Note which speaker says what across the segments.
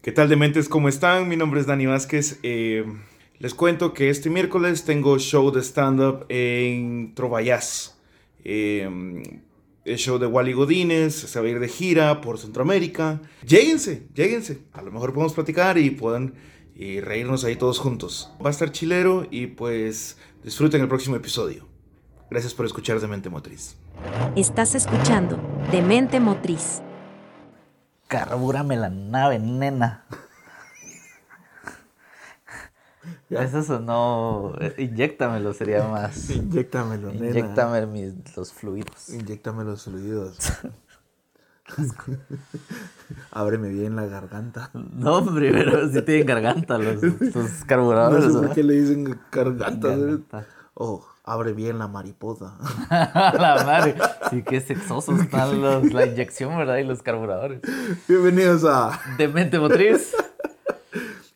Speaker 1: ¿Qué tal, dementes? ¿Cómo están? Mi nombre es Dani Vázquez. Eh, les cuento que este miércoles tengo show de stand-up en Trovallás. Eh, el show de Wally Godínez se va a ir de gira por Centroamérica. Lléguense, lléguense. A lo mejor podemos platicar y puedan y reírnos ahí todos juntos. Va a estar chilero y pues disfruten el próximo episodio. Gracias por escuchar Demente Motriz.
Speaker 2: Estás escuchando Demente Motriz.
Speaker 3: Carbúrame la nave, nena. Eso sonó. Inyéctamelo sería más.
Speaker 4: Inyéctamelo, nena.
Speaker 3: Inyéctame mis- los fluidos.
Speaker 4: Inyéctame los fluidos. Ábreme bien la garganta.
Speaker 3: No, hombre, pero sí tienen garganta los, los carburadores.
Speaker 4: No sé por
Speaker 3: ¿verdad?
Speaker 4: qué le dicen garganta. ¿sabes?
Speaker 3: Garganta.
Speaker 4: Oh, abre bien la mariposa.
Speaker 3: A la madre. Sí, qué sexosos están los, la inyección, ¿verdad? Y los carburadores.
Speaker 4: Bienvenidos a...
Speaker 3: Demente motriz.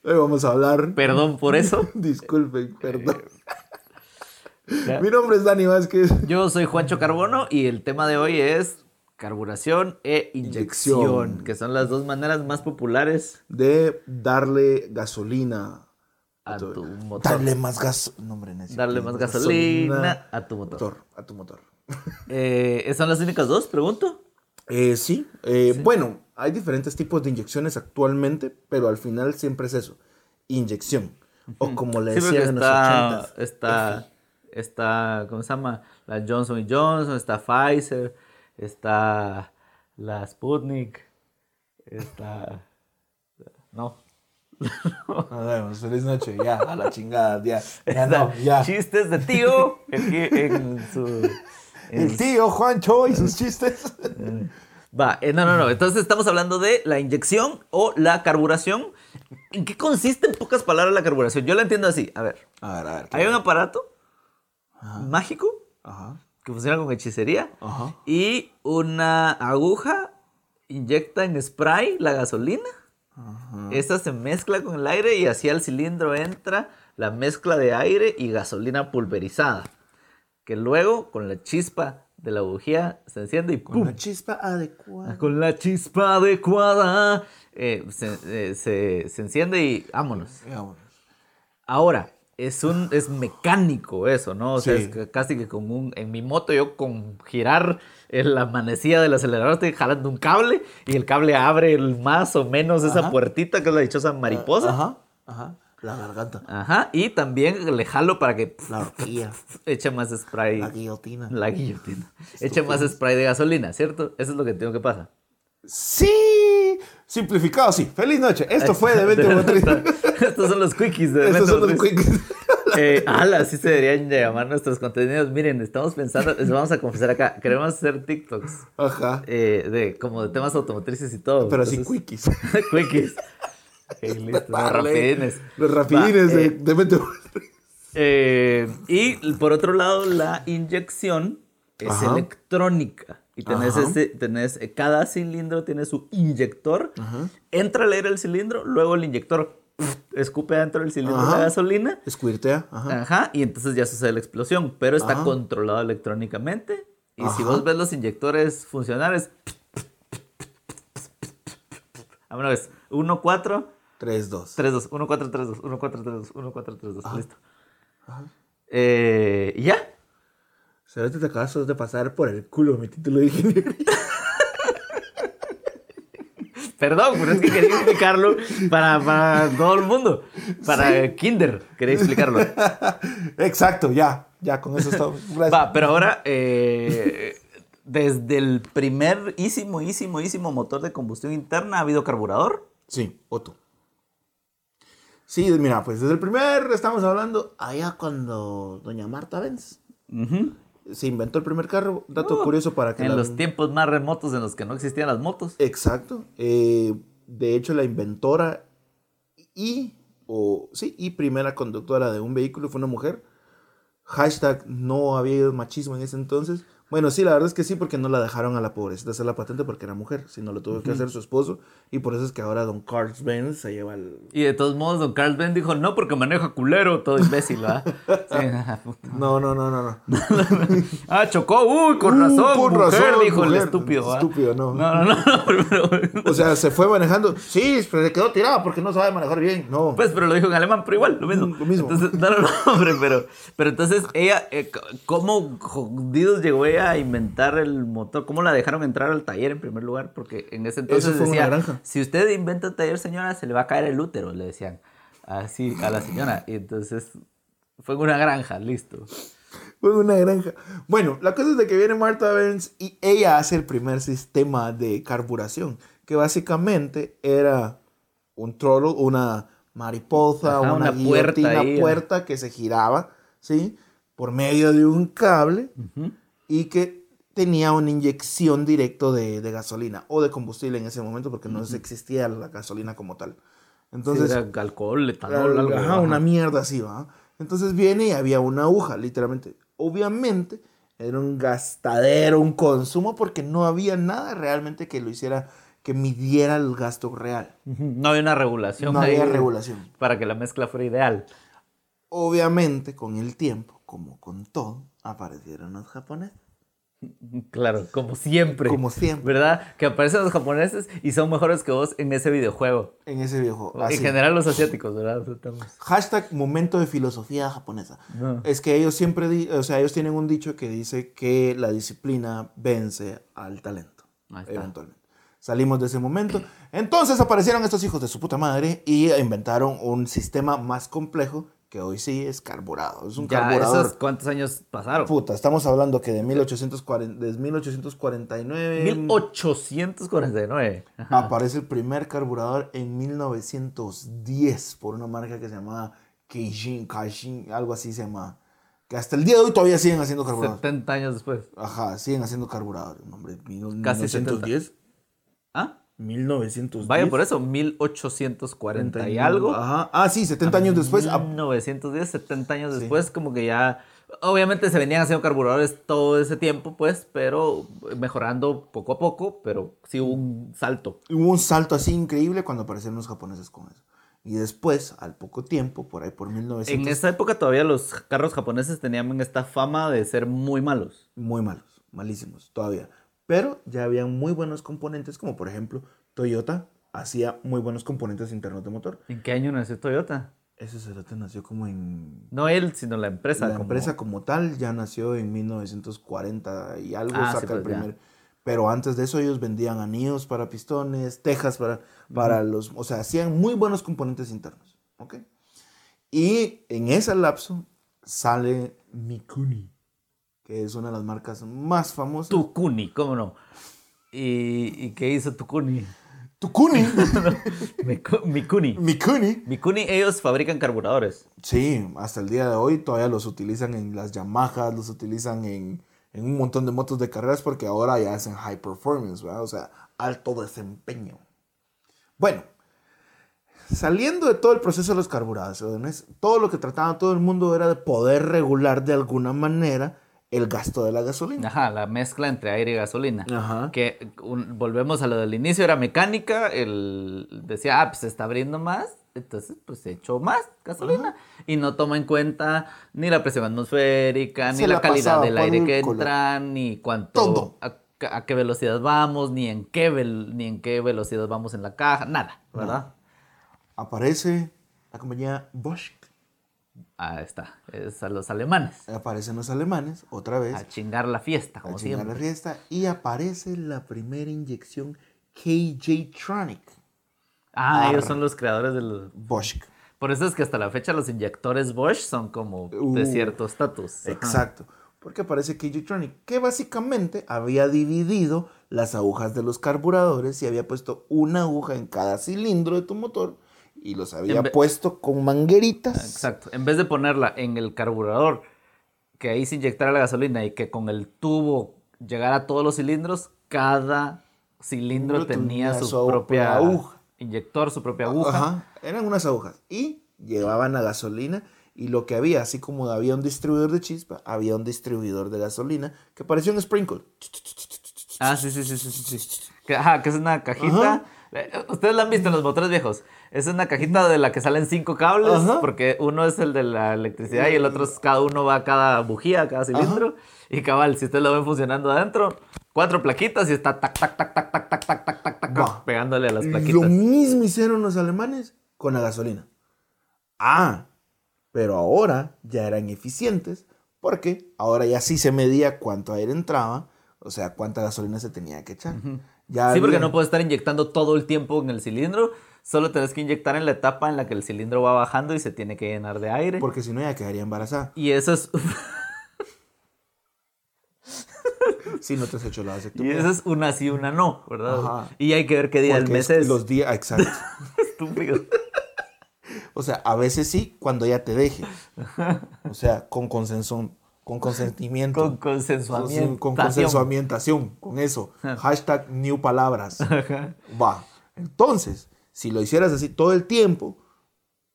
Speaker 4: Hoy vamos a hablar...
Speaker 3: Perdón por eso.
Speaker 4: Disculpen, perdón.
Speaker 3: ya.
Speaker 4: Mi nombre es Dani Vázquez.
Speaker 3: Yo soy Juancho Carbono y el tema de hoy es carburación e inyección,
Speaker 4: Inyección.
Speaker 3: que son las dos maneras más populares
Speaker 4: De darle gasolina.
Speaker 3: a tu motor.
Speaker 4: Darle más gas... No, hombre, necesito
Speaker 3: Darle más gasolina a tu motor.
Speaker 4: A tu motor.
Speaker 3: Eh, ¿Son las únicas dos? Pregunto.
Speaker 4: Eh, sí, eh, bueno, hay diferentes tipos de inyecciones actualmente, pero al final siempre es eso, inyección. O como le
Speaker 3: Sí, porque
Speaker 4: decían en los
Speaker 3: está,
Speaker 4: 80
Speaker 3: está, está, ¿cómo se llama? La Johnson Johnson, está Pfizer, está la Sputnik, está... No.
Speaker 4: Nos vemos, pues, feliz noche, ya, a la chingada, ya. Ya
Speaker 3: Está
Speaker 4: no, ya.
Speaker 3: Chistes de tío aquí en su... en
Speaker 4: El tío Juancho y sus chistes.
Speaker 3: Va, eh, no, no, no. Entonces estamos hablando de la inyección o la carburación. ¿En qué consiste en pocas palabras la carburación? Yo la entiendo así. A ver,
Speaker 4: A ver, a ver. ¿qué?
Speaker 3: hay un aparato mágico
Speaker 4: Ajá.
Speaker 3: que funciona con hechicería
Speaker 4: Ajá.
Speaker 3: y una aguja inyecta en spray la gasolina. Esta se mezcla con el aire y hacia el cilindro entra la mezcla de aire y gasolina pulverizada, que luego con la chispa de la bujía se enciende y ¡pum!
Speaker 4: Una chispa adecuada.
Speaker 3: Ah, Con la chispa adecuada. eh, se, eh, se- se enciende y vámonos.
Speaker 4: Vámonos.
Speaker 3: Ahora, es un es mecánico eso, ¿no? O sea,
Speaker 4: Sí.
Speaker 3: es ca- casi que con un. En mi moto, yo con girar en la manecilla del acelerador estoy jalando un cable y el cable abre el- más o menos esa puertita que es la dichosa mariposa. Ajá.
Speaker 4: Ah, Ajá, ajá. La garganta.
Speaker 3: y también le jalo para que pf,
Speaker 4: La horquilla.
Speaker 3: eche más spray.
Speaker 4: La guillotina.
Speaker 3: La guillotina. Eche más spray de gasolina, ¿cierto? Eso es lo que tengo que pasa.
Speaker 4: Sí. Simplificado, sí. Feliz noche. Este, Esto fue de 20 Motriz.
Speaker 3: Estos son los quickies de
Speaker 4: Estos son los
Speaker 3: Metro Motriz.
Speaker 4: quick.
Speaker 3: Eh, ala, así se deberían llamar nuestros contenidos. Miren, estamos pensando, les vamos a confesar acá, queremos hacer TikToks
Speaker 4: Ajá.
Speaker 3: eh, de como de temas automotrices y todo.
Speaker 4: Pero así
Speaker 3: Entonces,
Speaker 4: quickies.
Speaker 3: quickies. Ok, listo, no,
Speaker 4: Vale.
Speaker 3: rapidines.
Speaker 4: Los rapidines
Speaker 3: Va,
Speaker 4: de,
Speaker 3: eh,
Speaker 4: de mente.
Speaker 3: eh, y por otro lado, la inyección es
Speaker 4: Ajá.
Speaker 3: electrónica. Y tenés,
Speaker 4: Ajá.
Speaker 3: ese, tenés, eh, cada cilindro tiene su inyector. Entra el aire al cilindro, luego el inyector pf, escupe dentro del cilindro
Speaker 4: Ajá.
Speaker 3: la gasolina.
Speaker 4: Squirtea. Ajá.
Speaker 3: Ajá, y entonces ya sucede la explosión, pero está
Speaker 4: Ajá.
Speaker 3: controlado electrónicamente. Y si
Speaker 4: Ajá.
Speaker 3: vos ves los inyectores funcionales, a una vez, 1, 4,
Speaker 4: 3, 2.
Speaker 3: 3, 2, 1, 4, 3, 2, 1, 4, 3, 2, 1, 4, 3, 2, listo. Eh, y ya.
Speaker 4: Se te acabas de pasar por el culo mi título de ingeniero.
Speaker 3: Perdón, pero es que quería explicarlo para, para todo el mundo. Para eh, Kinder, quería explicarlo.
Speaker 4: Exacto, ya. Ya, con eso estamos. Gracias.
Speaker 3: Va, pero ahora, eh, desde el primer ísimo, ísimo, ísimo motor de combustión interna ha habido carburador.
Speaker 4: Sí, Otto. Sí, mira, pues desde el primer estamos hablando allá cuando doña Marta Benz se inventó el primer carro. Dato curioso para que
Speaker 3: Uh, En
Speaker 4: la-
Speaker 3: los tiempos más remotos en los que no existían las motos.
Speaker 4: Exacto. Eh, de hecho, la inventora y, o, sí, y primera conductora de un vehículo fue una mujer. Hashtag no había machismo en ese entonces. Bueno, sí, la verdad es que sí, porque no la dejaron a la pobrecita hacer la patente porque era mujer, sino lo tuvo que hacer su esposo. Y por eso es que ahora Don Carl Benz se lleva el.
Speaker 3: Y de todos modos, don Carl Ben dijo, no, porque maneja culero, todo imbécil, ¿verdad? Sí, ajá, puta.
Speaker 4: No, no, no, no, no.
Speaker 3: ah, chocó, uy, con
Speaker 4: Uh,
Speaker 3: razón,
Speaker 4: con
Speaker 3: mujer,
Speaker 4: razón,
Speaker 3: dijo
Speaker 4: mujer.
Speaker 3: el estúpido, ¿verdad?
Speaker 4: Estúpido, no.
Speaker 3: No, no, no, pero- pero-
Speaker 4: O sea, se fue manejando. Sí, pero se quedó tirada porque no sabe manejar bien. No.
Speaker 3: Pues, pero lo dijo en alemán, pero igual, lo mismo.
Speaker 4: Mm, lo mismo.
Speaker 3: Entonces, no, no, no, hombre, pero, pero entonces ella, eh, c- ¿cómo jodidos llegó ella a inventar el motor? ¿Cómo la dejaron entrar al taller en primer lugar? Porque en ese entonces
Speaker 4: Eso fue una
Speaker 3: decía,
Speaker 4: granja.
Speaker 3: si usted inventa el taller, señora, se le va a caer el útero, le decían así a la señora. Y entonces fue en una granja, listo.
Speaker 4: Fue una granja. Bueno, la cosa es de que viene Martha Burns y ella hace el primer sistema de carburación, que básicamente era un trolo, una mariposa,
Speaker 3: Ajá, una
Speaker 4: una,
Speaker 3: puerta
Speaker 4: guillotina,
Speaker 3: ahí,
Speaker 4: puerta que se giraba, ¿sí? Por medio de un cable y que tenía una inyección directo de, de gasolina o de combustible en ese momento porque no existía la gasolina como tal. Entonces,
Speaker 3: Entonces, era alcohol,
Speaker 4: Claro,
Speaker 3: etanol, algo.
Speaker 4: ajá,
Speaker 3: ajá.
Speaker 4: una mierda así, ¿va? Entonces viene y había una aguja, literalmente. Obviamente era un gastadero, un consumo, porque no había nada realmente que lo hiciera, que midiera el gasto real.
Speaker 3: No había una regulación.
Speaker 4: No
Speaker 3: ahí
Speaker 4: había regulación.
Speaker 3: Para que la mezcla fuera ideal.
Speaker 4: Obviamente, con el tiempo, como con todo, aparecieron los japoneses.
Speaker 3: Claro, como siempre.
Speaker 4: Como siempre.
Speaker 3: ¿Verdad? Que aparecen los japoneses y son mejores que vos en ese videojuego.
Speaker 4: En ese viejo.
Speaker 3: En general los asiáticos, ¿verdad? O sea, estamos-
Speaker 4: Hashtag momento de filosofía japonesa. Es que ellos siempre, di- o sea, ellos tienen un dicho que dice que la disciplina vence al talento.
Speaker 3: Ahí está.
Speaker 4: Eventualmente. Salimos de ese momento. Entonces aparecieron estos hijos de su puta madre y inventaron un sistema más complejo que hoy sí es carburado. Es un
Speaker 3: Ya,
Speaker 4: carburador.
Speaker 3: esos cuántos años pasaron.
Speaker 4: Puta, estamos hablando que de, 1840, de 1849
Speaker 3: 1849.
Speaker 4: aparece el primer carburador en 1910 por una marca que se llamaba Keijin, Kaijin, algo así se llama. Que hasta el día de hoy todavía siguen haciendo carburadores.
Speaker 3: 70 años después.
Speaker 4: Ajá, siguen haciendo carburadores. no, Hombre, mil- Pues
Speaker 3: Casi
Speaker 4: 1910.
Speaker 3: ¿Ah?
Speaker 4: 1910.
Speaker 3: Vaya por eso, 1840 y algo.
Speaker 4: Ajá. Ah, sí, 70 años después. ah,
Speaker 3: 1910, 70 años después, como que ya. Obviamente se venían haciendo carburadores todo ese tiempo, pues, pero mejorando poco a poco, pero sí hubo un salto.
Speaker 4: hubo un salto así increíble cuando aparecieron los japoneses con eso. Y después, al poco tiempo, por ahí por 1900,
Speaker 3: En esa época todavía los carros japoneses tenían esta fama de ser muy malos.
Speaker 4: muy malos, malísimos todavía. Pero ya habían muy buenos componentes, como por ejemplo Toyota hacía muy buenos componentes internos de motor.
Speaker 3: ¿En qué año nació Toyota?
Speaker 4: Ese cerote nació como en...
Speaker 3: No él, sino la empresa.
Speaker 4: la
Speaker 3: como-
Speaker 4: empresa como tal ya nació en 1940 y algo,
Speaker 3: Ah, sí,
Speaker 4: saca el
Speaker 3: pues, ya.
Speaker 4: primer... Pero antes de eso ellos vendían anillos para pistones, tejas para, para los... O sea, hacían muy buenos componentes internos, ¿ok? Y en ese lapso sale Mikuni, que es una de las marcas más famosas.
Speaker 3: Tukuni, ¿cómo no? ¿Y, y qué hizo Tukuni?
Speaker 4: Tukuni.
Speaker 3: Miku- Mikuni.
Speaker 4: Mikuni.
Speaker 3: Mikuni, ellos fabrican carburadores.
Speaker 4: Sí, hasta el día de hoy todavía los utilizan en las Yamahas, los utilizan en, en un montón de motos de carreras porque ahora ya hacen high performance, ¿verdad? O sea, alto desempeño. Bueno, saliendo de todo el proceso de los carburadores, todo lo que trataba todo el mundo era de poder regular de alguna manera el gasto de la gasolina.
Speaker 3: Ajá, la mezcla entre aire y gasolina.
Speaker 4: Ajá.
Speaker 3: Que un- volvemos a lo del inicio, era mecánica, él decía, ah, pues se está abriendo más, entonces pues se echó más gasolina. Y no toma en cuenta ni la presión atmosférica,
Speaker 4: Se
Speaker 3: ni la,
Speaker 4: la
Speaker 3: calidad
Speaker 4: pasaba
Speaker 3: del
Speaker 4: por
Speaker 3: aire
Speaker 4: el
Speaker 3: que
Speaker 4: culo.
Speaker 3: entra, ni cuánto,
Speaker 4: Todo.
Speaker 3: A, a qué velocidad vamos, ni en qué, vel- ni en qué velocidad vamos en la caja, nada, ¿verdad?
Speaker 4: Aparece la compañía Bosch,
Speaker 3: Ahí está, es a los alemanes,
Speaker 4: aparecen los alemanes otra vez.
Speaker 3: a chingar la fiesta, como
Speaker 4: a chingar
Speaker 3: siempre.
Speaker 4: la fiesta y aparece la primera inyección KJ Tronic
Speaker 3: Ah, ellos
Speaker 4: Arre.
Speaker 3: son los creadores de los...
Speaker 4: Bosch.
Speaker 3: Por eso es que hasta la fecha los inyectores Bosch son como
Speaker 4: Uh,
Speaker 3: de cierto estatus. Ajá.
Speaker 4: Exacto. Porque aparece KJ Tronic, que básicamente había dividido las agujas de los carburadores y había puesto una aguja en cada cilindro de tu motor y los había
Speaker 3: En ve-
Speaker 4: puesto con mangueritas.
Speaker 3: Exacto. En vez de ponerla en el carburador, que ahí se inyectara la gasolina y que con el tubo llegara a todos los cilindros, cada cilindro
Speaker 4: Cilindro
Speaker 3: tenía
Speaker 4: tenía
Speaker 3: su,
Speaker 4: su
Speaker 3: propia
Speaker 4: aguja.
Speaker 3: inyector, su propia aguja.
Speaker 4: Ajá, eran unas agujas y llevaban la gasolina Y lo que había, así como había un distribuidor de chispa, había un distribuidor de gasolina que parecía un sprinkle.
Speaker 3: Ah, sí, sí, sí, sí, sí, sí. Que, ajá, que es una cajita. Eh, Ustedes la han visto en los motores viejos. Es una cajita de la que salen cinco cables,
Speaker 4: Ajá.
Speaker 3: porque uno es el de la electricidad y el otro es cada uno va a cada bujía, a cada cilindro. Y cabal, si ustedes lo ven funcionando adentro, cuatro plaquitas y está tac, tac, tac, tac, tac, tac, tac, tac, tac, tac,
Speaker 4: Va.
Speaker 3: pegándole a las
Speaker 4: Lo
Speaker 3: plaquitas.
Speaker 4: mismo hicieron los alemanes con la gasolina. Ah, pero ahora ya eran eficientes porque ahora ya sí se medía cuánto aire entraba, o sea, cuánta gasolina se tenía que echar. Ya
Speaker 3: Sí, porque
Speaker 4: había-
Speaker 3: no puedes estar inyectando todo el tiempo en el cilindro. Solo tenés que inyectar en la etapa en la que el cilindro va bajando y se tiene que llenar de aire.
Speaker 4: Porque si no, ya quedaría embarazada.
Speaker 3: Y eso es,
Speaker 4: Si no te has hecho la vasectomía.
Speaker 3: y eso es una sí, una no, ¿verdad?
Speaker 4: Ajá.
Speaker 3: Y hay que ver qué día del
Speaker 4: Porque
Speaker 3: mes
Speaker 4: es
Speaker 3: es.
Speaker 4: Los días, exacto.
Speaker 3: Estúpido.
Speaker 4: O sea, a veces sí, cuando ya te deje. O sea, con consenso, con consentimiento.
Speaker 3: Con
Speaker 4: Con-
Speaker 3: consensuamiento.
Speaker 4: con consensuamientación, con eso. Hashtag new palabras. Va. Entonces, si lo hicieras así todo el tiempo,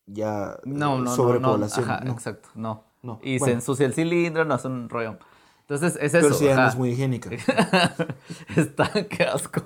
Speaker 4: ya eh,
Speaker 3: No, no, no, no.
Speaker 4: sobrepoblación.
Speaker 3: Ajá,
Speaker 4: no.
Speaker 3: exacto, no.
Speaker 4: No,
Speaker 3: Y se
Speaker 4: bueno.
Speaker 3: ensucia el cilindro, no es un rollo. Entonces, es
Speaker 4: Pero
Speaker 3: eso.
Speaker 4: sí, ya no
Speaker 3: ajá.
Speaker 4: es muy higiénica.
Speaker 3: Están, qué asco.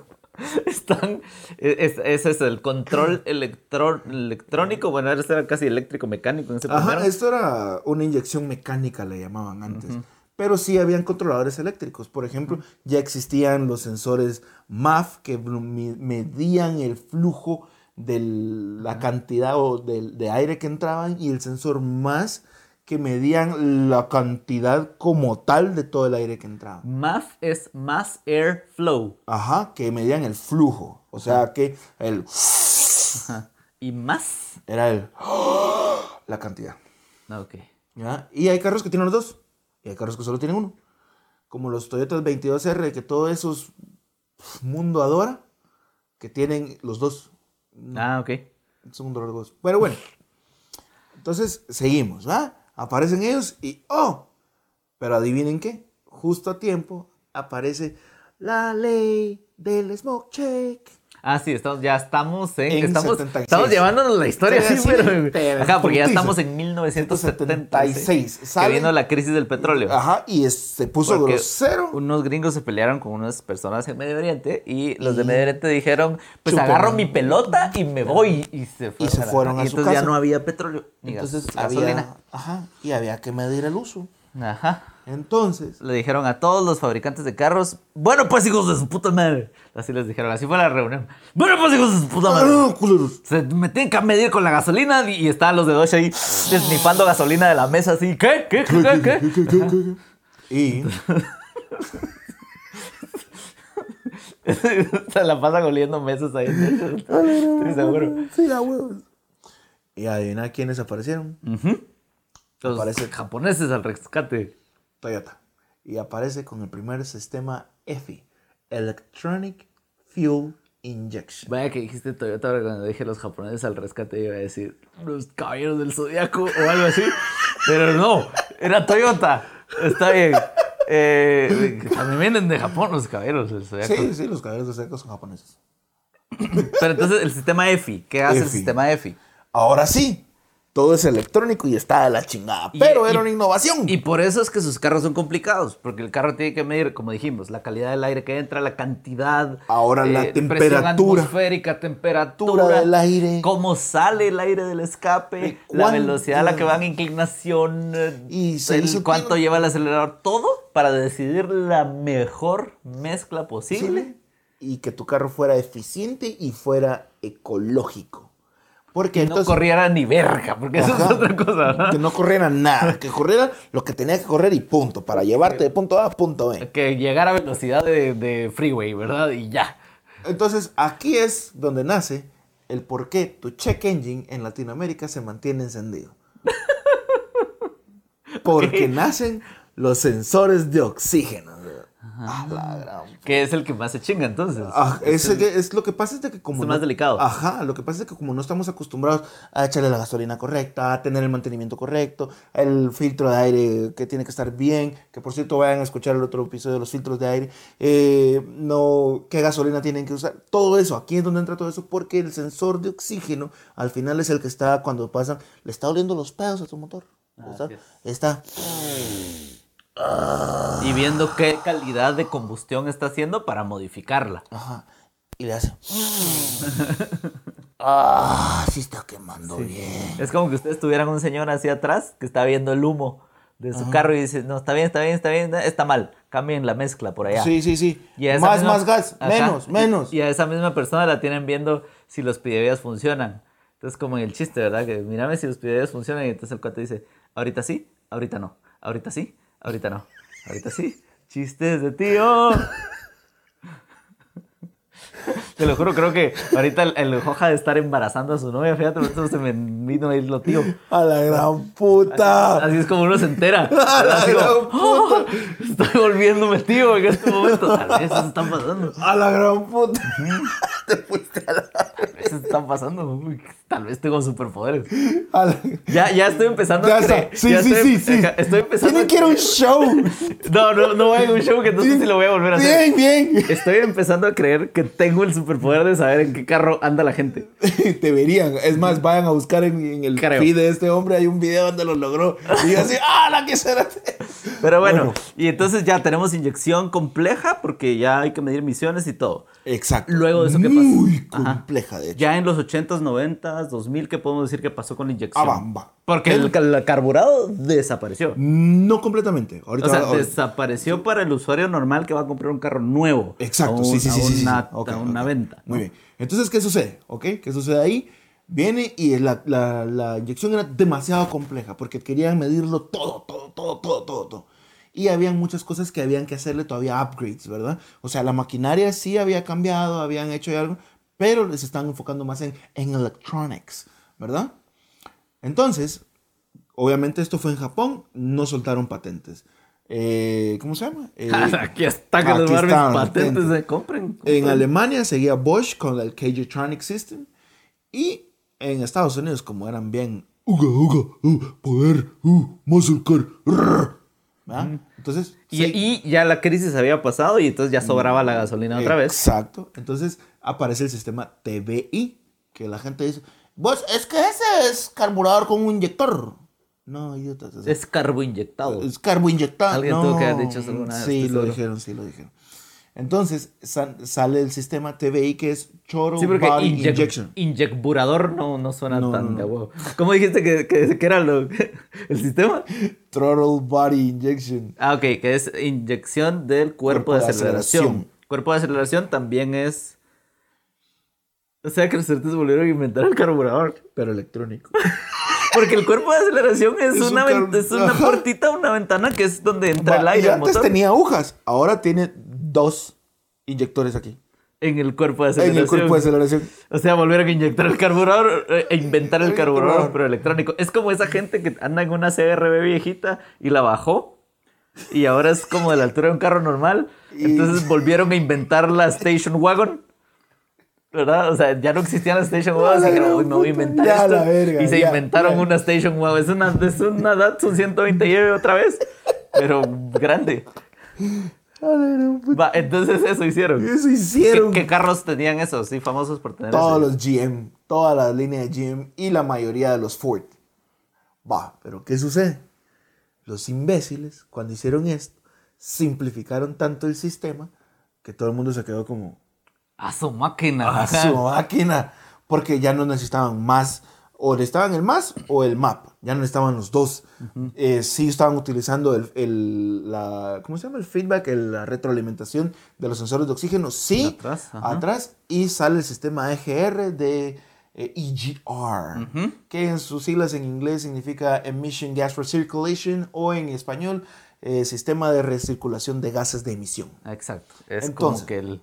Speaker 3: Están, e, es- ese es el control electro- electrónico, bueno, ahora era casi eléctrico mecánico en ese
Speaker 4: Ajá,
Speaker 3: primero.
Speaker 4: esto era una inyección mecánica, le llamaban antes. Pero sí habían controladores eléctricos. Por ejemplo, ya existían los sensores MAF que blu- mi- medían el flujo de la cantidad o del- de, aire que entraban y el sensor MAS que medían la cantidad como tal de todo el aire que entraba.
Speaker 3: MAF es Mass Air Flow
Speaker 4: Ajá, que medían el flujo. O sea que el
Speaker 3: y más.
Speaker 4: era el la cantidad.
Speaker 3: Ah, ok.
Speaker 4: ¿ya? Y hay carros que tienen los dos. Y hay carros que solo tienen uno. Como los Toyotas 22R, que todo eso es- mundo adora, que tienen los dos.
Speaker 3: Ah, ok.
Speaker 4: Es un dolor de huevos. Pero bueno. Entonces, seguimos, ¿va? Aparecen ellos y ¡oh! Pero adivinen qué. Justo a tiempo aparece la ley del smoke check.
Speaker 3: Ah, sí, estamos, ya estamos en.
Speaker 4: En
Speaker 3: estamos,
Speaker 4: 76.
Speaker 3: estamos llevándonos la historia,
Speaker 4: Sí,
Speaker 3: sí,
Speaker 4: sí,
Speaker 3: pero.
Speaker 4: pero
Speaker 3: Ajá, porque ya
Speaker 4: putiza.
Speaker 3: estamos en 1976. Que
Speaker 4: ¿saben?
Speaker 3: vino la crisis del petróleo.
Speaker 4: Ajá, y es- se puso
Speaker 3: Porque
Speaker 4: grosero.
Speaker 3: Unos gringos se pelearon con unas personas en Medio Oriente y los de
Speaker 4: Y-
Speaker 3: Medio Oriente dijeron, pues
Speaker 4: Chupen.
Speaker 3: agarro mi pelota y me voy. Y se fueron,
Speaker 4: se fueron a
Speaker 3: y
Speaker 4: su
Speaker 3: entonces ya
Speaker 4: casa.
Speaker 3: no había petróleo ni gas-
Speaker 4: Entonces
Speaker 3: gasolina.
Speaker 4: había, ajá, y había que medir el uso.
Speaker 3: Ajá.
Speaker 4: Entonces,
Speaker 3: Le dijeron a todos los fabricantes de carros, bueno pues hijos de su puta madre. Así les dijeron, así fue la reunión. Bueno pues hijos de su puta madre.
Speaker 4: ¡ah, culeros!
Speaker 3: Se me tienen que medir con la gasolina y y estaban los de Dodge ahí desnifando gasolina de la mesa así. ¿Qué? ¿Qué? ¿Qué? ¿Qué? ¿Qué?
Speaker 4: Y
Speaker 3: Se la pasan oliendo mesas ahí. Estoy seguro.
Speaker 4: sí, a huevos. Y adivina quiénes aparecieron.
Speaker 3: Mm. Los
Speaker 4: Aparece-
Speaker 3: japoneses al rescate.
Speaker 4: Toyota. Y aparece con el primer sistema EFI, Electronic Fuel Injection.
Speaker 3: Vaya que dijiste Toyota, ahora cuando dije los japoneses al rescate iba a decir los caballeros del zodiaco o algo así. Pero no, era Toyota. Está bien. Eh, también vienen de Japón los caballeros del zodiaco.
Speaker 4: Sí, sí, los caballeros de seco son japoneses.
Speaker 3: Pero entonces el sistema EFI, ¿qué hace el
Speaker 4: EFI.
Speaker 3: sistema EFI?
Speaker 4: Ahora sí, todo es electrónico y está de la chingada.
Speaker 3: Y-
Speaker 4: Pero
Speaker 3: y-
Speaker 4: era una innovación.
Speaker 3: Y por eso es que sus carros son complicados, porque el carro tiene que medir, como dijimos, la calidad del aire que entra, la cantidad, eh,
Speaker 4: Ahora la
Speaker 3: presión
Speaker 4: temperatura.
Speaker 3: atmosférica, temperatura
Speaker 4: Temperatura del aire.
Speaker 3: cómo sale el aire del escape,
Speaker 4: De
Speaker 3: la
Speaker 4: cuánto-
Speaker 3: velocidad a la que van, inclinación, eh,
Speaker 4: Y se
Speaker 3: el
Speaker 4: hizo
Speaker 3: cuánto
Speaker 4: tiempo.
Speaker 3: lleva el acelerador, todo para decidir la mejor mezcla posible.
Speaker 4: posible y que tu carro fuera eficiente y fuera ecológico. Porque
Speaker 3: Que no
Speaker 4: entonces,
Speaker 3: corriera ni verga, porque eso es
Speaker 4: Ajá.
Speaker 3: otra cosa. ¿no?
Speaker 4: que no corriera nada, que corriera lo que tenía que correr y punto, para llevarte de punto A a punto B.
Speaker 3: Que llegara a velocidad de, de freeway, ¿verdad? Y ya.
Speaker 4: Entonces, aquí es donde nace el por qué tu check engine en Latinoamérica se mantiene encendido. Porque nacen los sensores de oxígeno. Ah, la gran
Speaker 3: Que es el que más se chinga entonces.
Speaker 4: Ah, es, que- es lo que pasa es de que como
Speaker 3: es más delicado.
Speaker 4: Ajá, lo que pasa es que como no estamos acostumbrados a echarle la gasolina correcta, a tener el mantenimiento correcto, el filtro de aire que tiene que estar bien, que por cierto vayan a escuchar el otro episodio de los filtros de aire, eh, no, qué gasolina tienen que usar, todo eso, aquí es donde entra todo eso, porque el sensor de oxígeno al final es el que está cuando pasan, le está oliendo los pedos a tu motor. usar
Speaker 3: Ah, Así es.
Speaker 4: esta.
Speaker 3: Y viendo qué calidad de combustión está haciendo para modificarla.
Speaker 4: Ajá. Y le hace. ah, sí está quemando bien.
Speaker 3: Es como que ustedes tuvieran un señor así atrás que está viendo el humo de su carro y dice, no, está bien, está bien, está bien, está mal. Cambien la mezcla por allá.
Speaker 4: Sí, sí, sí.
Speaker 3: Y a esa
Speaker 4: Más,
Speaker 3: misma-
Speaker 4: más gas.
Speaker 3: Ajá.
Speaker 4: Menos,
Speaker 3: Y-
Speaker 4: menos.
Speaker 3: Y, a esa misma persona la tienen viendo si los pidevías funcionan. Entonces, como en el chiste, ¿verdad? Que mírame si los pidevías funcionan. Y entonces el cuate dice, ahorita sí, ahorita no. Ahorita sí, ahorita no. Ahorita sí. Chistes de tío. Te lo juro, creo que ahorita el, el Joja de estar embarazando a su novia, fíjate, por eso se me vino a ir lo tío.
Speaker 4: A la gran puta.
Speaker 3: Así es como uno se entera.
Speaker 4: A la
Speaker 3: Así como, "Oh,
Speaker 4: gran puta.
Speaker 3: estoy volviéndome tío en este momento. Tal vez eso está pasando.
Speaker 4: A la gran puta.
Speaker 3: Eso está pasando. Uy, Tal vez tengo superpoderes.
Speaker 4: A la-
Speaker 3: Ya, ya estoy empezando
Speaker 4: Ya
Speaker 3: a
Speaker 4: está.
Speaker 3: creer.
Speaker 4: Sí,
Speaker 3: ya
Speaker 4: sí,
Speaker 3: estoy,
Speaker 4: sí, sí.
Speaker 3: Ajá, Estoy empezando.
Speaker 4: Tienen que ir a un show.
Speaker 3: No, no, no voy a ir a un show que no sé si lo voy a volver a hacer.
Speaker 4: Bien, bien.
Speaker 3: Estoy empezando a creer que tengo el superpoder de saber en qué carro anda la gente.
Speaker 4: Te verían. Es más, vayan a buscar en, en el
Speaker 3: Creo.
Speaker 4: feed de este hombre. Hay un video donde lo logró. Y yo así, ¡ah, la que será!
Speaker 3: Pero bueno,
Speaker 4: Bueno.
Speaker 3: y entonces ya tenemos inyección compleja porque ya hay que medir misiones y todo.
Speaker 4: Exacto.
Speaker 3: Luego de eso, ¿qué pasa?
Speaker 4: Muy
Speaker 3: Ajá.
Speaker 4: compleja, de hecho.
Speaker 3: Ya en los 80s, 90s, 2000, ¿qué podemos decir que pasó con la inyección?
Speaker 4: Ah, va, va.
Speaker 3: Porque el, el carburado desapareció.
Speaker 4: No completamente. Ahorita,
Speaker 3: O sea,
Speaker 4: ahorita-
Speaker 3: desapareció para el usuario normal que va a comprar un carro nuevo.
Speaker 4: Exacto,
Speaker 3: A un-
Speaker 4: sí, sí, sí.
Speaker 3: A
Speaker 4: sí, sí.
Speaker 3: una, a
Speaker 4: Ok,
Speaker 3: una
Speaker 4: ok.
Speaker 3: venta.
Speaker 4: Muy
Speaker 3: ¿no?
Speaker 4: bien. Entonces, ¿qué sucede? ¿Ok? ¿Qué sucede ahí? Viene y la, la- la inyección era demasiado compleja porque querían medirlo todo, todo, todo, todo, todo, todo. Y habían muchas cosas que habían que hacerle todavía upgrades, ¿verdad? O sea, la maquinaria sí había cambiado, habían hecho algo, pero les están enfocando más en, en electronics, ¿verdad? Entonces, obviamente esto fue en Japón, no soltaron patentes. Eh, ¿Cómo se llama? Eh,
Speaker 3: Aquí está que los
Speaker 4: aquí
Speaker 3: Barbies
Speaker 4: están,
Speaker 3: patentes
Speaker 4: patentes.
Speaker 3: se compren.
Speaker 4: En
Speaker 3: compren.
Speaker 4: Alemania seguía Bosch con el KG-Tronic System. Y en Estados Unidos, como eran bien. Uga, uga, uh, poder, uh, muscle car, rrr", ¿verdad? Entonces.
Speaker 3: y,
Speaker 4: sí, Mm.
Speaker 3: y ya la crisis había pasado y entonces ya sobraba la gasolina otra vez.
Speaker 4: Exacto. Entonces aparece el sistema TBI. Que la gente dice: Vos, es que ese es carburador con un inyector. No, idiotas. o sea,
Speaker 3: Es carboinyectado.
Speaker 4: Es carboinyectado.
Speaker 3: Alguien
Speaker 4: no.
Speaker 3: tuvo que haber dicho eso alguna vez,
Speaker 4: Sí,
Speaker 3: estoy
Speaker 4: lo
Speaker 3: seguro.
Speaker 4: dijeron, sí, lo dijeron. Entonces sal- sale el sistema TBI que es Choro
Speaker 3: Sí, porque
Speaker 4: Body
Speaker 3: inyec-
Speaker 4: Injection.
Speaker 3: inyecburador no, no suena
Speaker 4: No,
Speaker 3: tan
Speaker 4: no,
Speaker 3: de
Speaker 4: no.
Speaker 3: huevo. ¿Cómo dijiste que, que- que era lo, el sistema?
Speaker 4: Throttle Body Injection.
Speaker 3: Ah, ok, que es inyección del cuerpo,
Speaker 4: Cuerpo
Speaker 3: de
Speaker 4: de
Speaker 3: aceleración.
Speaker 4: aceleración.
Speaker 3: Cuerpo de aceleración también es. O sea que los certes volvieron a inventar el carburador.
Speaker 4: Pero electrónico.
Speaker 3: Porque el cuerpo de aceleración es,
Speaker 4: Es un
Speaker 3: una, ven-
Speaker 4: car-
Speaker 3: es una
Speaker 4: Ajá.
Speaker 3: puertita, una ventana que es donde entra el
Speaker 4: Va,
Speaker 3: aire.
Speaker 4: y
Speaker 3: al
Speaker 4: antes
Speaker 3: motor.
Speaker 4: tenía agujas, ahora tiene dos inyectores aquí.
Speaker 3: En el cuerpo de
Speaker 4: En
Speaker 3: aceleración.
Speaker 4: el cuerpo de aceleración.
Speaker 3: O sea, volvieron a inyectar el carburador eh, e inventar el
Speaker 4: El
Speaker 3: carburador,
Speaker 4: carburador.
Speaker 3: pero electrónico. Es como esa gente que anda en una CRB viejita y la bajó. Y ahora es como de la altura de un carro normal.
Speaker 4: Y-
Speaker 3: Entonces volvieron a inventar la Station Wagon. ¿Verdad? O sea, ya no existían las Station Wagon.
Speaker 4: la
Speaker 3: Así que
Speaker 4: gran
Speaker 3: "Uy, me voy a
Speaker 4: puta,
Speaker 3: inventar
Speaker 4: ya
Speaker 3: esto".
Speaker 4: la verga,
Speaker 3: y se
Speaker 4: ya,
Speaker 3: inventaron
Speaker 4: ya.
Speaker 3: una Station Wagon. Es una, es una Datsun 120 lleve otra vez. Pero grande. Va, entonces eso hicieron.
Speaker 4: Eso
Speaker 3: ¿Qué,
Speaker 4: hicieron
Speaker 3: qué carros tenían esos? Sí, famosos por tener
Speaker 4: todos
Speaker 3: ese.
Speaker 4: los GM, toda la línea de GM y la mayoría de los Ford. Va, pero ¿qué sucede? Los imbéciles, cuando hicieron esto, simplificaron tanto el sistema que todo el mundo se quedó como,
Speaker 3: A su máquina.
Speaker 4: a
Speaker 3: ajá.
Speaker 4: su máquina. Porque ya no necesitaban más. O necesitaban el más o el map. Ya no necesitaban los dos. Eh, sí estaban utilizando el, el- la, ¿cómo se llama? El feedback, el- la retroalimentación de los sensores de oxígeno. Sí,
Speaker 3: Atrás,
Speaker 4: atrás.
Speaker 3: ajá.
Speaker 4: y sale el sistema EGR de eh, EGR. Que en sus siglas en inglés significa Emission Gas Recirculation. O en español, eh, Sistema de Recirculación de Gases de Emisión.
Speaker 3: Exacto. Es como
Speaker 4: Entonces.
Speaker 3: que el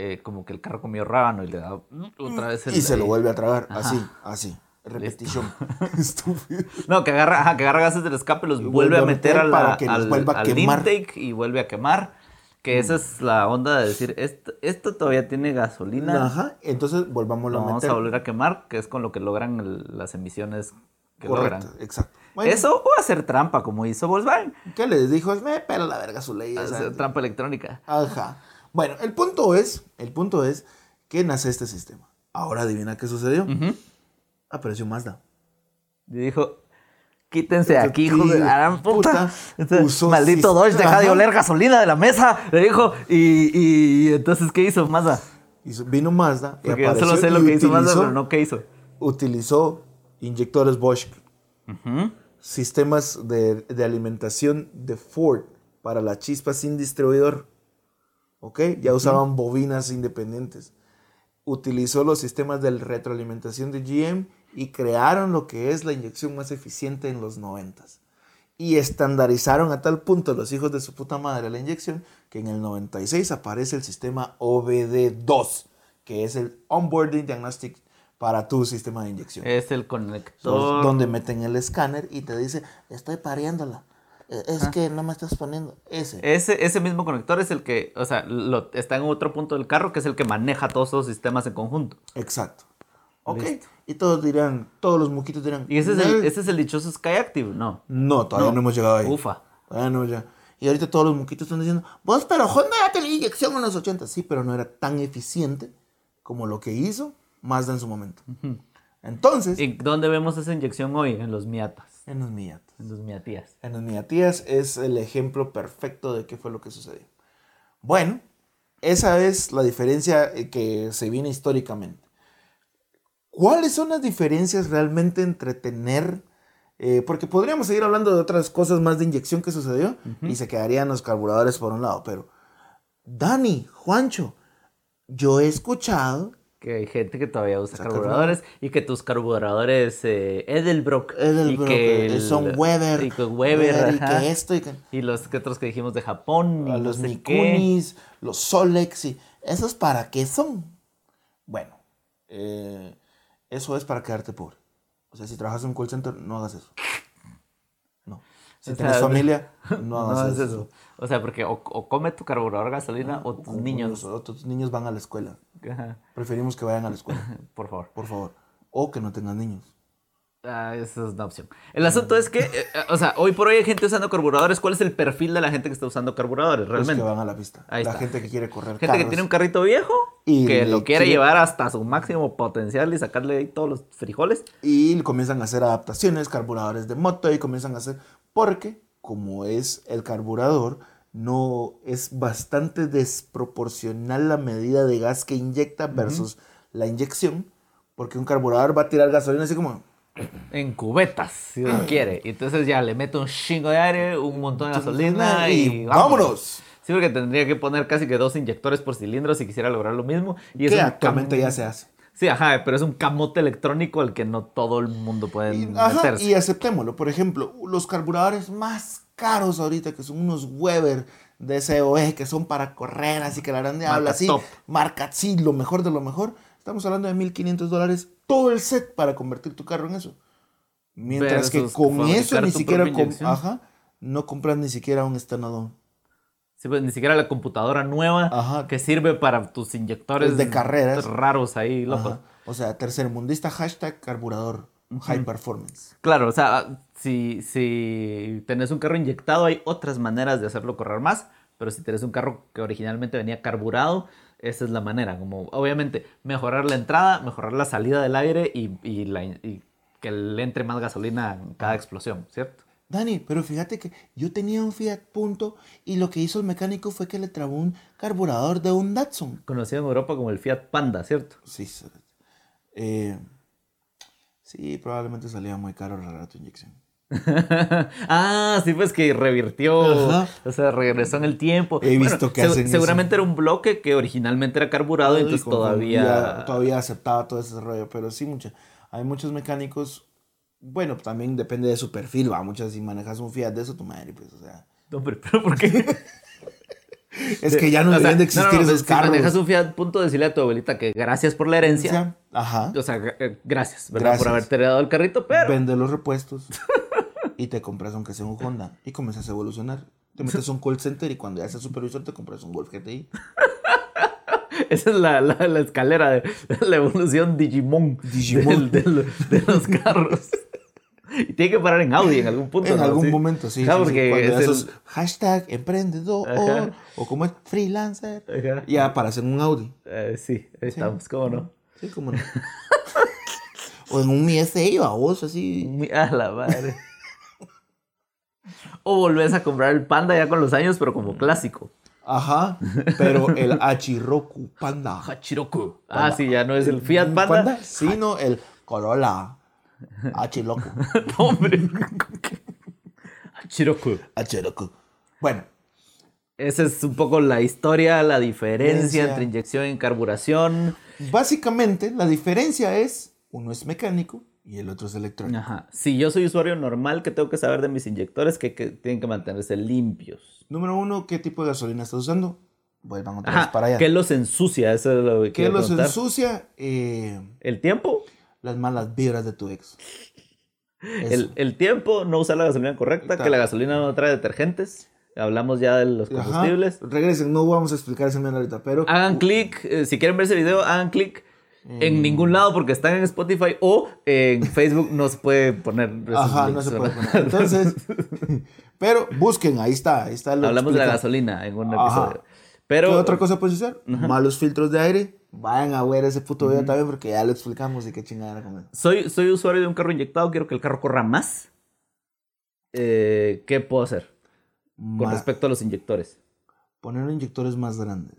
Speaker 3: eh, como que el carro comió rábano y le da otra vez el
Speaker 4: Y se lo
Speaker 3: eh,
Speaker 4: vuelve a tragar.
Speaker 3: Ajá.
Speaker 4: Así, así. Repetición. Estúpido.
Speaker 3: No, que agarra, ajá, que agarra gases del escape y los vuelve a meter a la,
Speaker 4: para que los
Speaker 3: al,
Speaker 4: vuelva a
Speaker 3: al
Speaker 4: quemar. Mm.
Speaker 3: intake y vuelve a quemar. Que esa es la onda de decir, esto, esto todavía tiene gasolina,
Speaker 4: Ajá. Entonces
Speaker 3: lo
Speaker 4: volvámoslo a
Speaker 3: vamos
Speaker 4: meter.
Speaker 3: a volver a quemar, que es con lo que logran el- las emisiones que
Speaker 4: Correcto,
Speaker 3: logran.
Speaker 4: exacto. Bueno,
Speaker 3: Eso o hacer trampa, como hizo Volkswagen.
Speaker 4: ¿Qué les dijo? Me pela la verga su ley. o sea,
Speaker 3: Hacer Ah, trampa electrónica.
Speaker 4: Ajá. Bueno, el punto es, el punto es que nace este
Speaker 3: Mm.
Speaker 4: sistema. Ahora adivina qué sucedió.
Speaker 3: Ujú.
Speaker 4: Apareció Mazda.
Speaker 3: Y dijo, Quítense de
Speaker 4: Este
Speaker 3: aquí, hijos de
Speaker 4: tío,
Speaker 3: la gran puta.
Speaker 4: puta,
Speaker 3: Este
Speaker 4: usó
Speaker 3: maldito Dodge,
Speaker 4: sistema.
Speaker 3: deja de oler gasolina de la mesa, le dijo. Y, y- y entonces, ¿qué hizo Mazda?
Speaker 4: Hizo- vino Mazda y
Speaker 3: Porque yo solo
Speaker 4: apareció
Speaker 3: sé
Speaker 4: y
Speaker 3: lo que hizo Mazda,
Speaker 4: utilizó-
Speaker 3: pero no qué hizo.
Speaker 4: utilizó inyectores Bosch, sistemas de, de alimentación de Ford para la chispa sin distribuidor. ¿Ok? Ya usaban bobinas independientes. Utilizó los sistemas de retroalimentación de GM y crearon lo que es la inyección más eficiente en los 90 Y estandarizaron a tal punto los hijos de su puta madre la inyección que en el 96 aparece el sistema OBD2, que es el Onboarding Diagnostic para tu sistema de inyección.
Speaker 3: Es el
Speaker 4: Entonces,
Speaker 3: conector.
Speaker 4: donde meten el escáner y te dice, estoy pariéndola. Eh, Es
Speaker 3: Ah.
Speaker 4: que no me estás poniendo ese.
Speaker 3: Ese, ese mismo conector es el que, o sea, lo- está en otro punto del carro que es el que maneja todos los sistemas en conjunto.
Speaker 4: Exacto. Ok. Y todos dirán, todos los moquitos dirán.
Speaker 3: Y ese es el,
Speaker 4: "Nel".
Speaker 3: ese es el dichoso Sky Active, ¿no?
Speaker 4: No, todavía
Speaker 3: No.
Speaker 4: no. hemos llegado ahí.
Speaker 3: Ufa.
Speaker 4: Todavía no hemos llegado. Y ahorita todos los moquitos están diciendo, vos, pero Honda ya tenía inyección en los 80. Sí, pero no era tan eficiente como lo que hizo Mazda en su momento. Entonces,
Speaker 3: ¿Y dónde vemos esa inyección hoy? En los miatas,
Speaker 4: en los Miatas.
Speaker 3: en los miatías.
Speaker 4: En los Miatías es el ejemplo perfecto de qué fue lo que sucedió. Bueno, esa es la diferencia eh, que se viene históricamente. ¿Cuáles son las diferencias realmente entre tener? eh, porque podríamos seguir hablando de otras cosas más de inyección que sucedió y se quedarían los carburadores por un lado, pero Dani, Juancho, yo he escuchado
Speaker 3: Que hay gente que todavía usa
Speaker 4: Saca el
Speaker 3: carburadores y que tus carburadores eh, Edelbrock,
Speaker 4: Edelbrock,
Speaker 3: y que
Speaker 4: eh, son Weber,
Speaker 3: Weber y que Weber,
Speaker 4: Weber, y
Speaker 3: ajá.
Speaker 4: que esto y que...
Speaker 3: Y los que otros que dijimos de Japón y
Speaker 4: a
Speaker 3: no
Speaker 4: los
Speaker 3: sé qué.
Speaker 4: Mikunis, los Solex, y ¿esos para qué son? Bueno, eh, eso es para quedarte pobre. O sea, si trabajas en un call center, no hagas eso. No. Si
Speaker 3: O
Speaker 4: tienes
Speaker 3: sea,
Speaker 4: familia, no
Speaker 3: No,
Speaker 4: hagas
Speaker 3: es
Speaker 4: eso. Ah,
Speaker 3: eso. O sea, porque o, o come tu carburador gasolina o tus
Speaker 4: Con-
Speaker 3: niños.
Speaker 4: los- Tus niños van a la escuela.
Speaker 3: Ajá,
Speaker 4: Preferimos que vayan a la escuela,
Speaker 3: Por favor.
Speaker 4: por favor. O que no tengan niños.
Speaker 3: Ah, esa es una opción. El asunto es que, eh, eh, o sea, hoy por hoy hay gente usando carburadores. ¿Cuál es el perfil de la gente que está usando carburadores
Speaker 4: Los que
Speaker 3: realmente?
Speaker 4: van a la pista.
Speaker 3: Ahí
Speaker 4: la
Speaker 3: está.
Speaker 4: gente que quiere correr
Speaker 3: gente que
Speaker 4: carros.
Speaker 3: tiene un carrito viejo
Speaker 4: Y
Speaker 3: que
Speaker 4: le
Speaker 3: lo quiere
Speaker 4: quiere-
Speaker 3: llevar hasta su máximo potencial y sacarle ahí todos los frijoles.
Speaker 4: Y comienzan a hacer adaptaciones, carburadores de moto y comienzan a hacer, porque como es el carburador, no es bastante desproporcional la medida de gas que inyecta versus la inyección, porque un carburador va a tirar gasolina así como,
Speaker 3: en cubetas, si
Speaker 4: Ah.
Speaker 3: uno quiere. Y entonces ya le meto un chingo de aire, un montón de gasolina
Speaker 4: gasolina
Speaker 3: y,
Speaker 4: y vámonos.
Speaker 3: Sí, porque tendría que poner casi que dos inyectores por cilindro si quisiera lograr lo mismo. Y es
Speaker 4: que
Speaker 3: un
Speaker 4: actualmente
Speaker 3: cam-
Speaker 4: ya se hace.
Speaker 3: Sí, ajá, pero es un camote electrónico al que no todo el mundo puede
Speaker 4: Y, ajá,
Speaker 3: meterse.
Speaker 4: y aceptémoslo, por ejemplo, los carburadores más caros ahorita, que son unos Weber de COE, que son para correr, así que la grande
Speaker 3: Marca
Speaker 4: habla así,
Speaker 3: top.
Speaker 4: marca sí, lo mejor de lo mejor. Estamos hablando de 1500 dólares todo el set para convertir tu carro en eso. Mientras
Speaker 3: Versus
Speaker 4: que con
Speaker 3: fabricar
Speaker 4: eso ni
Speaker 3: tu
Speaker 4: siquiera
Speaker 3: propia
Speaker 4: com-
Speaker 3: inyección.
Speaker 4: ajá, no compras ni siquiera un estanadón.
Speaker 3: Sí, pues ni siquiera la computadora nueva
Speaker 4: Ajá.
Speaker 3: que sirve para tus inyectores
Speaker 4: De carreras.
Speaker 3: raros ahí, locos.
Speaker 4: Ajá. O sea, tercermundista, hashtag carburador, high performance.
Speaker 3: Claro, o sea, si, si tenés un carro inyectado, hay otras maneras de hacerlo correr más, pero si tenés un carro que originalmente venía carburado, esa es la manera, como obviamente mejorar la entrada, mejorar la salida del aire y, y la in- y que le entre más gasolina en cada explosión, ¿cierto?
Speaker 4: Dani, pero fíjate que yo tenía un Fiat Punto y lo que hizo el mecánico fue que le trabó un carburador de un Datsun.
Speaker 3: Conocido en Europa como el Fiat Panda, ¿cierto?
Speaker 4: Sí, cerote. Eh, sí, probablemente salía muy caro regalar tu inyección.
Speaker 3: ah, sí, pues que revirtió,
Speaker 4: Ajá.
Speaker 3: o sea, regresó en el tiempo.
Speaker 4: He visto que hacen eso.
Speaker 3: Seguramente era un bloque que originalmente era carburado,
Speaker 4: Y
Speaker 3: entonces
Speaker 4: como
Speaker 3: todavía...
Speaker 4: Todavía aceptaba todo ese rollo, pero sí, mucha, hay muchos mecánicos, bueno, también depende de su perfil, va, muchas, si manejas un Fiat de eso, tu madre, pues, o sea.
Speaker 3: No, pero, pero ¿por qué?
Speaker 4: Es que ya no
Speaker 3: O sea,
Speaker 4: deberían de existir
Speaker 3: no, no,
Speaker 4: esos
Speaker 3: si
Speaker 4: carros.
Speaker 3: manejas un Fiat punto, decirle a tu abuelita que gracias por la
Speaker 4: O
Speaker 3: herencia.
Speaker 4: sea, Ajá.
Speaker 3: O sea, gra- eh, gracias, ¿verdad?
Speaker 4: Gracias.
Speaker 3: Por haberte heredado el carrito, pero.
Speaker 4: Vende los repuestos y te compras aunque sea un Honda y comienzas a evolucionar. Te metes a un call center y cuando ya seas supervisor te compras un Golf GTI.
Speaker 3: Esa es la, la- la escalera de de la evolución Digimon,
Speaker 4: Digimon.
Speaker 3: del- del- de los carros. Y tiene que parar en Audi en algún punto.
Speaker 4: en
Speaker 3: ¿no?
Speaker 4: algún
Speaker 3: Sí.
Speaker 4: momento, sí.
Speaker 3: Claro,
Speaker 4: sí, sí.
Speaker 3: porque
Speaker 4: Cuando ya
Speaker 3: es el-
Speaker 4: sos hashtag emprendedor
Speaker 3: Ajá.
Speaker 4: o como es freelancer.
Speaker 3: Ajá.
Speaker 4: Ya para hacer un Audi.
Speaker 3: Eh, sí, ahí estamos, ¿cómo no?
Speaker 4: Sí, como no. o en un ISI baboso así.
Speaker 3: Mi- A la madre. O volvés a comprar el Panda ya con los años, pero
Speaker 4: Mm.
Speaker 3: como clásico.
Speaker 4: Ajá, pero el Achiroku Panda.
Speaker 3: Hachiroku. Ah, sí, ya no es el
Speaker 4: Mm,
Speaker 3: Fiat Panda.
Speaker 4: Sí, no, el Corolla. Achiroku.
Speaker 3: No, hombre. Ah, Hachiroku.
Speaker 4: Achiroku. Bueno,
Speaker 3: Esa es un poco la historia, la diferencia
Speaker 4: Diferencia.
Speaker 3: entre inyección y carburación.
Speaker 4: básicamente la diferencia es, uno es mecánico y el otro es electrónico.
Speaker 3: Ajá. Si yo soy usuario normal, que tengo que saber de mis inyectores? Que, que tienen que mantenerse limpios.
Speaker 4: Número uno, ¿qué tipo de gasolina estás usando? Vuelvan otra vez
Speaker 3: Ajá.
Speaker 4: para allá.
Speaker 3: ¿Qué los ensucia? Eso es lo que
Speaker 4: ¿Qué
Speaker 3: quiero
Speaker 4: los
Speaker 3: preguntar.
Speaker 4: ensucia? Eh,
Speaker 3: El tiempo.
Speaker 4: las malas vibras de tu ex. Eso.
Speaker 3: El, el tiempo, no usar la gasolina correcta, que
Speaker 4: Exacto.
Speaker 3: la gasolina no trae detergentes. Hablamos ya de los
Speaker 4: Ajá.
Speaker 3: combustibles.
Speaker 4: Regresen, no vamos a explicar esa mierda ahorita, pero
Speaker 3: Hagan clic, eh, si quieren ver ese video, hagan clic
Speaker 4: eh, Mm.
Speaker 3: en ningún lado porque están en Spotify o en Facebook no se puede poner. esos
Speaker 4: Ajá, no
Speaker 3: links,
Speaker 4: se puede
Speaker 3: ¿verdad?
Speaker 4: poner. Entonces, pero busquen, ahí está, ahí está. lo
Speaker 3: Hablamos de la
Speaker 4: explicado.
Speaker 3: gasolina en un
Speaker 4: Ajá.
Speaker 3: episodio. Pero
Speaker 4: ¿Qué otra cosa puedes usar? Malos filtros de aire. Vayan a ver ese puto video también porque ya lo explicamos y qué chingada con eso.
Speaker 3: soy, soy usuario de un carro inyectado, quiero que el carro corra más. Eh, ¿Qué puedo hacer con
Speaker 4: Ma-
Speaker 3: respecto a los inyectores?
Speaker 4: Poner inyectores más grandes.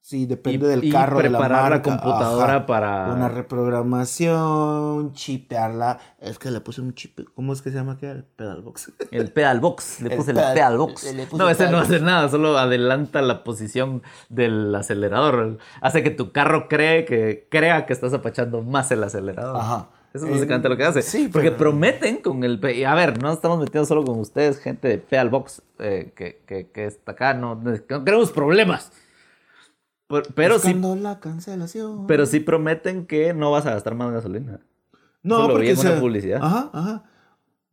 Speaker 4: Sí,
Speaker 3: Y-
Speaker 4: depende del
Speaker 3: y
Speaker 4: carro, de la
Speaker 3: preparar la,
Speaker 4: marca.
Speaker 3: computadora
Speaker 4: ajá.
Speaker 3: para...
Speaker 4: Una reprogramación, chipearla. Es que le puse un chip. ¿Cómo es que se llama aquel? Pedal box.
Speaker 3: El pedal box, le
Speaker 4: El
Speaker 3: puse el
Speaker 4: pedal-
Speaker 3: pedal box.
Speaker 4: le puse
Speaker 3: No,
Speaker 4: el
Speaker 3: ese
Speaker 4: pedal
Speaker 3: no
Speaker 4: box.
Speaker 3: hace nada, solo adelanta la posición del acelerador. Hace que tu carro cree que crea que estás apachando más el acelerador.
Speaker 4: Ajá.
Speaker 3: Eso es básicamente
Speaker 4: Eh,
Speaker 3: lo que hace.
Speaker 4: sí,
Speaker 3: porque
Speaker 4: pero-
Speaker 3: prometen con el... pe- y A ver, no estamos metidos solo con ustedes, gente de pedal box, eh, que, que, que está acá, no, no queremos problemas. Por- Pero sí,
Speaker 4: Buscando la cancelación.
Speaker 3: pero sí prometen que no vas a gastar más gasolina.
Speaker 4: No,
Speaker 3: Eso lo vi
Speaker 4: porque
Speaker 3: en una
Speaker 4: o sea,
Speaker 3: publicidad.
Speaker 4: Ajá, ajá.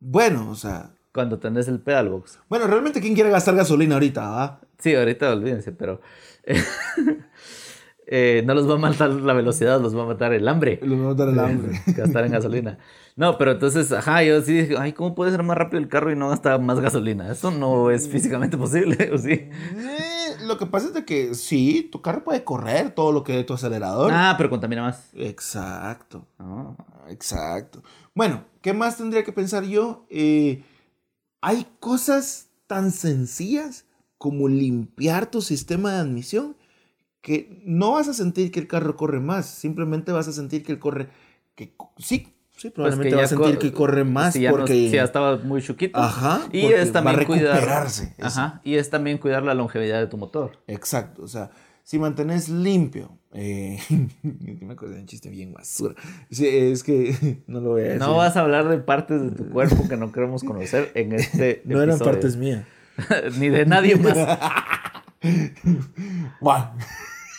Speaker 4: Bueno, o sea.
Speaker 3: Cuando tenés el pedal box.
Speaker 4: Bueno, realmente, ¿quién quiere gastar gasolina ahorita? ah?
Speaker 3: Sí, ahorita olvídense, pero. eh, no los va a matar la velocidad, los va a matar el hambre.
Speaker 4: Lo voy a dar el hambre.
Speaker 3: Gastar en gasolina. No, pero entonces, ajá, yo sí dije, ay, ¿cómo puede ser más rápido el carro y no gastar más gasolina? Eso no
Speaker 4: Mm.
Speaker 3: es físicamente posible, ¿o sí?
Speaker 4: Eh, lo que pasa es de que sí, tu carro puede correr todo lo que de tu acelerador.
Speaker 3: Ah, pero contamina más.
Speaker 4: Exacto,
Speaker 3: Ah.
Speaker 4: exacto. Bueno, ¿qué más tendría que pensar yo? Eh, hay cosas tan sencillas como limpiar tu sistema de admisión que no vas a sentir que el carro corre más, simplemente vas a sentir que el corre, que co- sí, sí,
Speaker 3: Pues
Speaker 4: probablemente
Speaker 3: ya
Speaker 4: vas a sentir
Speaker 3: co-
Speaker 4: que corre más
Speaker 3: si ya no-
Speaker 4: porque...
Speaker 3: si ya estaba muy chiquito.
Speaker 4: Ajá,
Speaker 3: Y
Speaker 4: porque
Speaker 3: es también
Speaker 4: va a
Speaker 3: cuidar.
Speaker 4: recuperarse, eso.
Speaker 3: Ajá. Y es también cuidar la longevidad de tu motor.
Speaker 4: Exacto, o sea, si mantenés limpio. Eh, es que me acordé de un chiste bien basura. Sí, es que no lo voy a decir.
Speaker 3: No vas a hablar de partes de tu cuerpo que no queremos conocer en este.
Speaker 4: No eran
Speaker 3: episodio.
Speaker 4: partes mías.
Speaker 3: Ni de nadie más.
Speaker 4: Buah.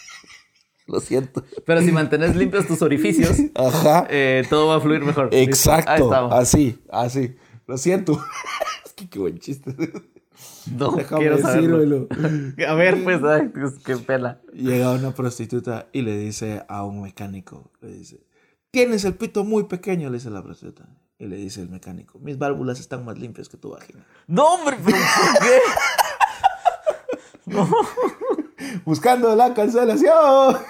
Speaker 4: lo siento.
Speaker 3: Pero si mantenés limpios tus orificios,
Speaker 4: Ajá.
Speaker 3: eh, todo va a fluir mejor. Ahí
Speaker 4: Exacto. Ah,
Speaker 3: estamos.
Speaker 4: Así, así. Lo siento. es que qué buen chiste.
Speaker 3: No
Speaker 4: Déjame
Speaker 3: quiero saberlo.
Speaker 4: decírmelo.
Speaker 3: A ver, pues, ay, Dios, qué pela.
Speaker 4: Llega una prostituta y le dice a un mecánico, le dice, tienes el pito muy pequeño, le dice la prostituta. Y le dice el mecánico, mis válvulas están más limpias que tu vagina.
Speaker 3: No, hombre, pero ¿por qué?
Speaker 4: Buscando la cancelación.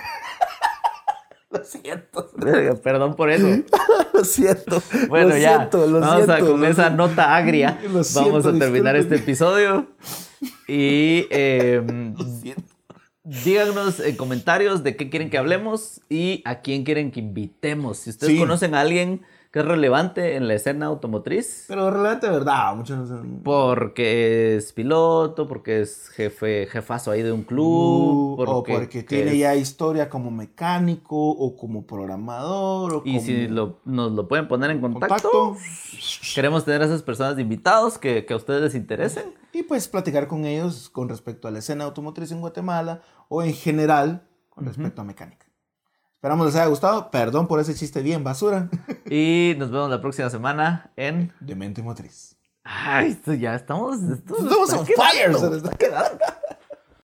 Speaker 3: Lo siento. Verga, Perdón por eso.
Speaker 4: lo siento.
Speaker 3: Bueno,
Speaker 4: lo
Speaker 3: ya.
Speaker 4: Siento, lo
Speaker 3: vamos a,
Speaker 4: siento,
Speaker 3: con
Speaker 4: lo
Speaker 3: esa
Speaker 4: siento.
Speaker 3: nota agria,
Speaker 4: Lo
Speaker 3: vamos
Speaker 4: siento,
Speaker 3: a terminar este
Speaker 4: disculpen.
Speaker 3: episodio. Y eh, díganos en comentarios de qué quieren que hablemos y a quién quieren que invitemos. Si ustedes
Speaker 4: Sí.
Speaker 3: conocen a alguien que es relevante en la escena automotriz,
Speaker 4: Pero realmente, verdad, muchos no saben.
Speaker 3: porque es piloto, porque es jefe, jefazo ahí de un club,
Speaker 4: Uh,
Speaker 3: porque,
Speaker 4: o porque
Speaker 3: que
Speaker 4: tiene
Speaker 3: es-
Speaker 4: ya historia como mecánico o como programador o
Speaker 3: Y
Speaker 4: como
Speaker 3: si lo- nos lo pueden poner en contacto,
Speaker 4: contacto.
Speaker 3: queremos tener a esas personas de invitados que, que a ustedes les interesen.
Speaker 4: Y pues platicar con ellos con respecto a la escena automotriz en Guatemala o en general con respecto a mecánica. Esperamos les haya gustado. Perdón por ese chiste bien basura.
Speaker 3: Y nos vemos la próxima semana en.
Speaker 4: De mente motriz.
Speaker 3: Ay, esto ya estamos. esto-
Speaker 4: Estamos
Speaker 3: está
Speaker 4: on
Speaker 3: quedando,
Speaker 4: fire.
Speaker 3: está quedando.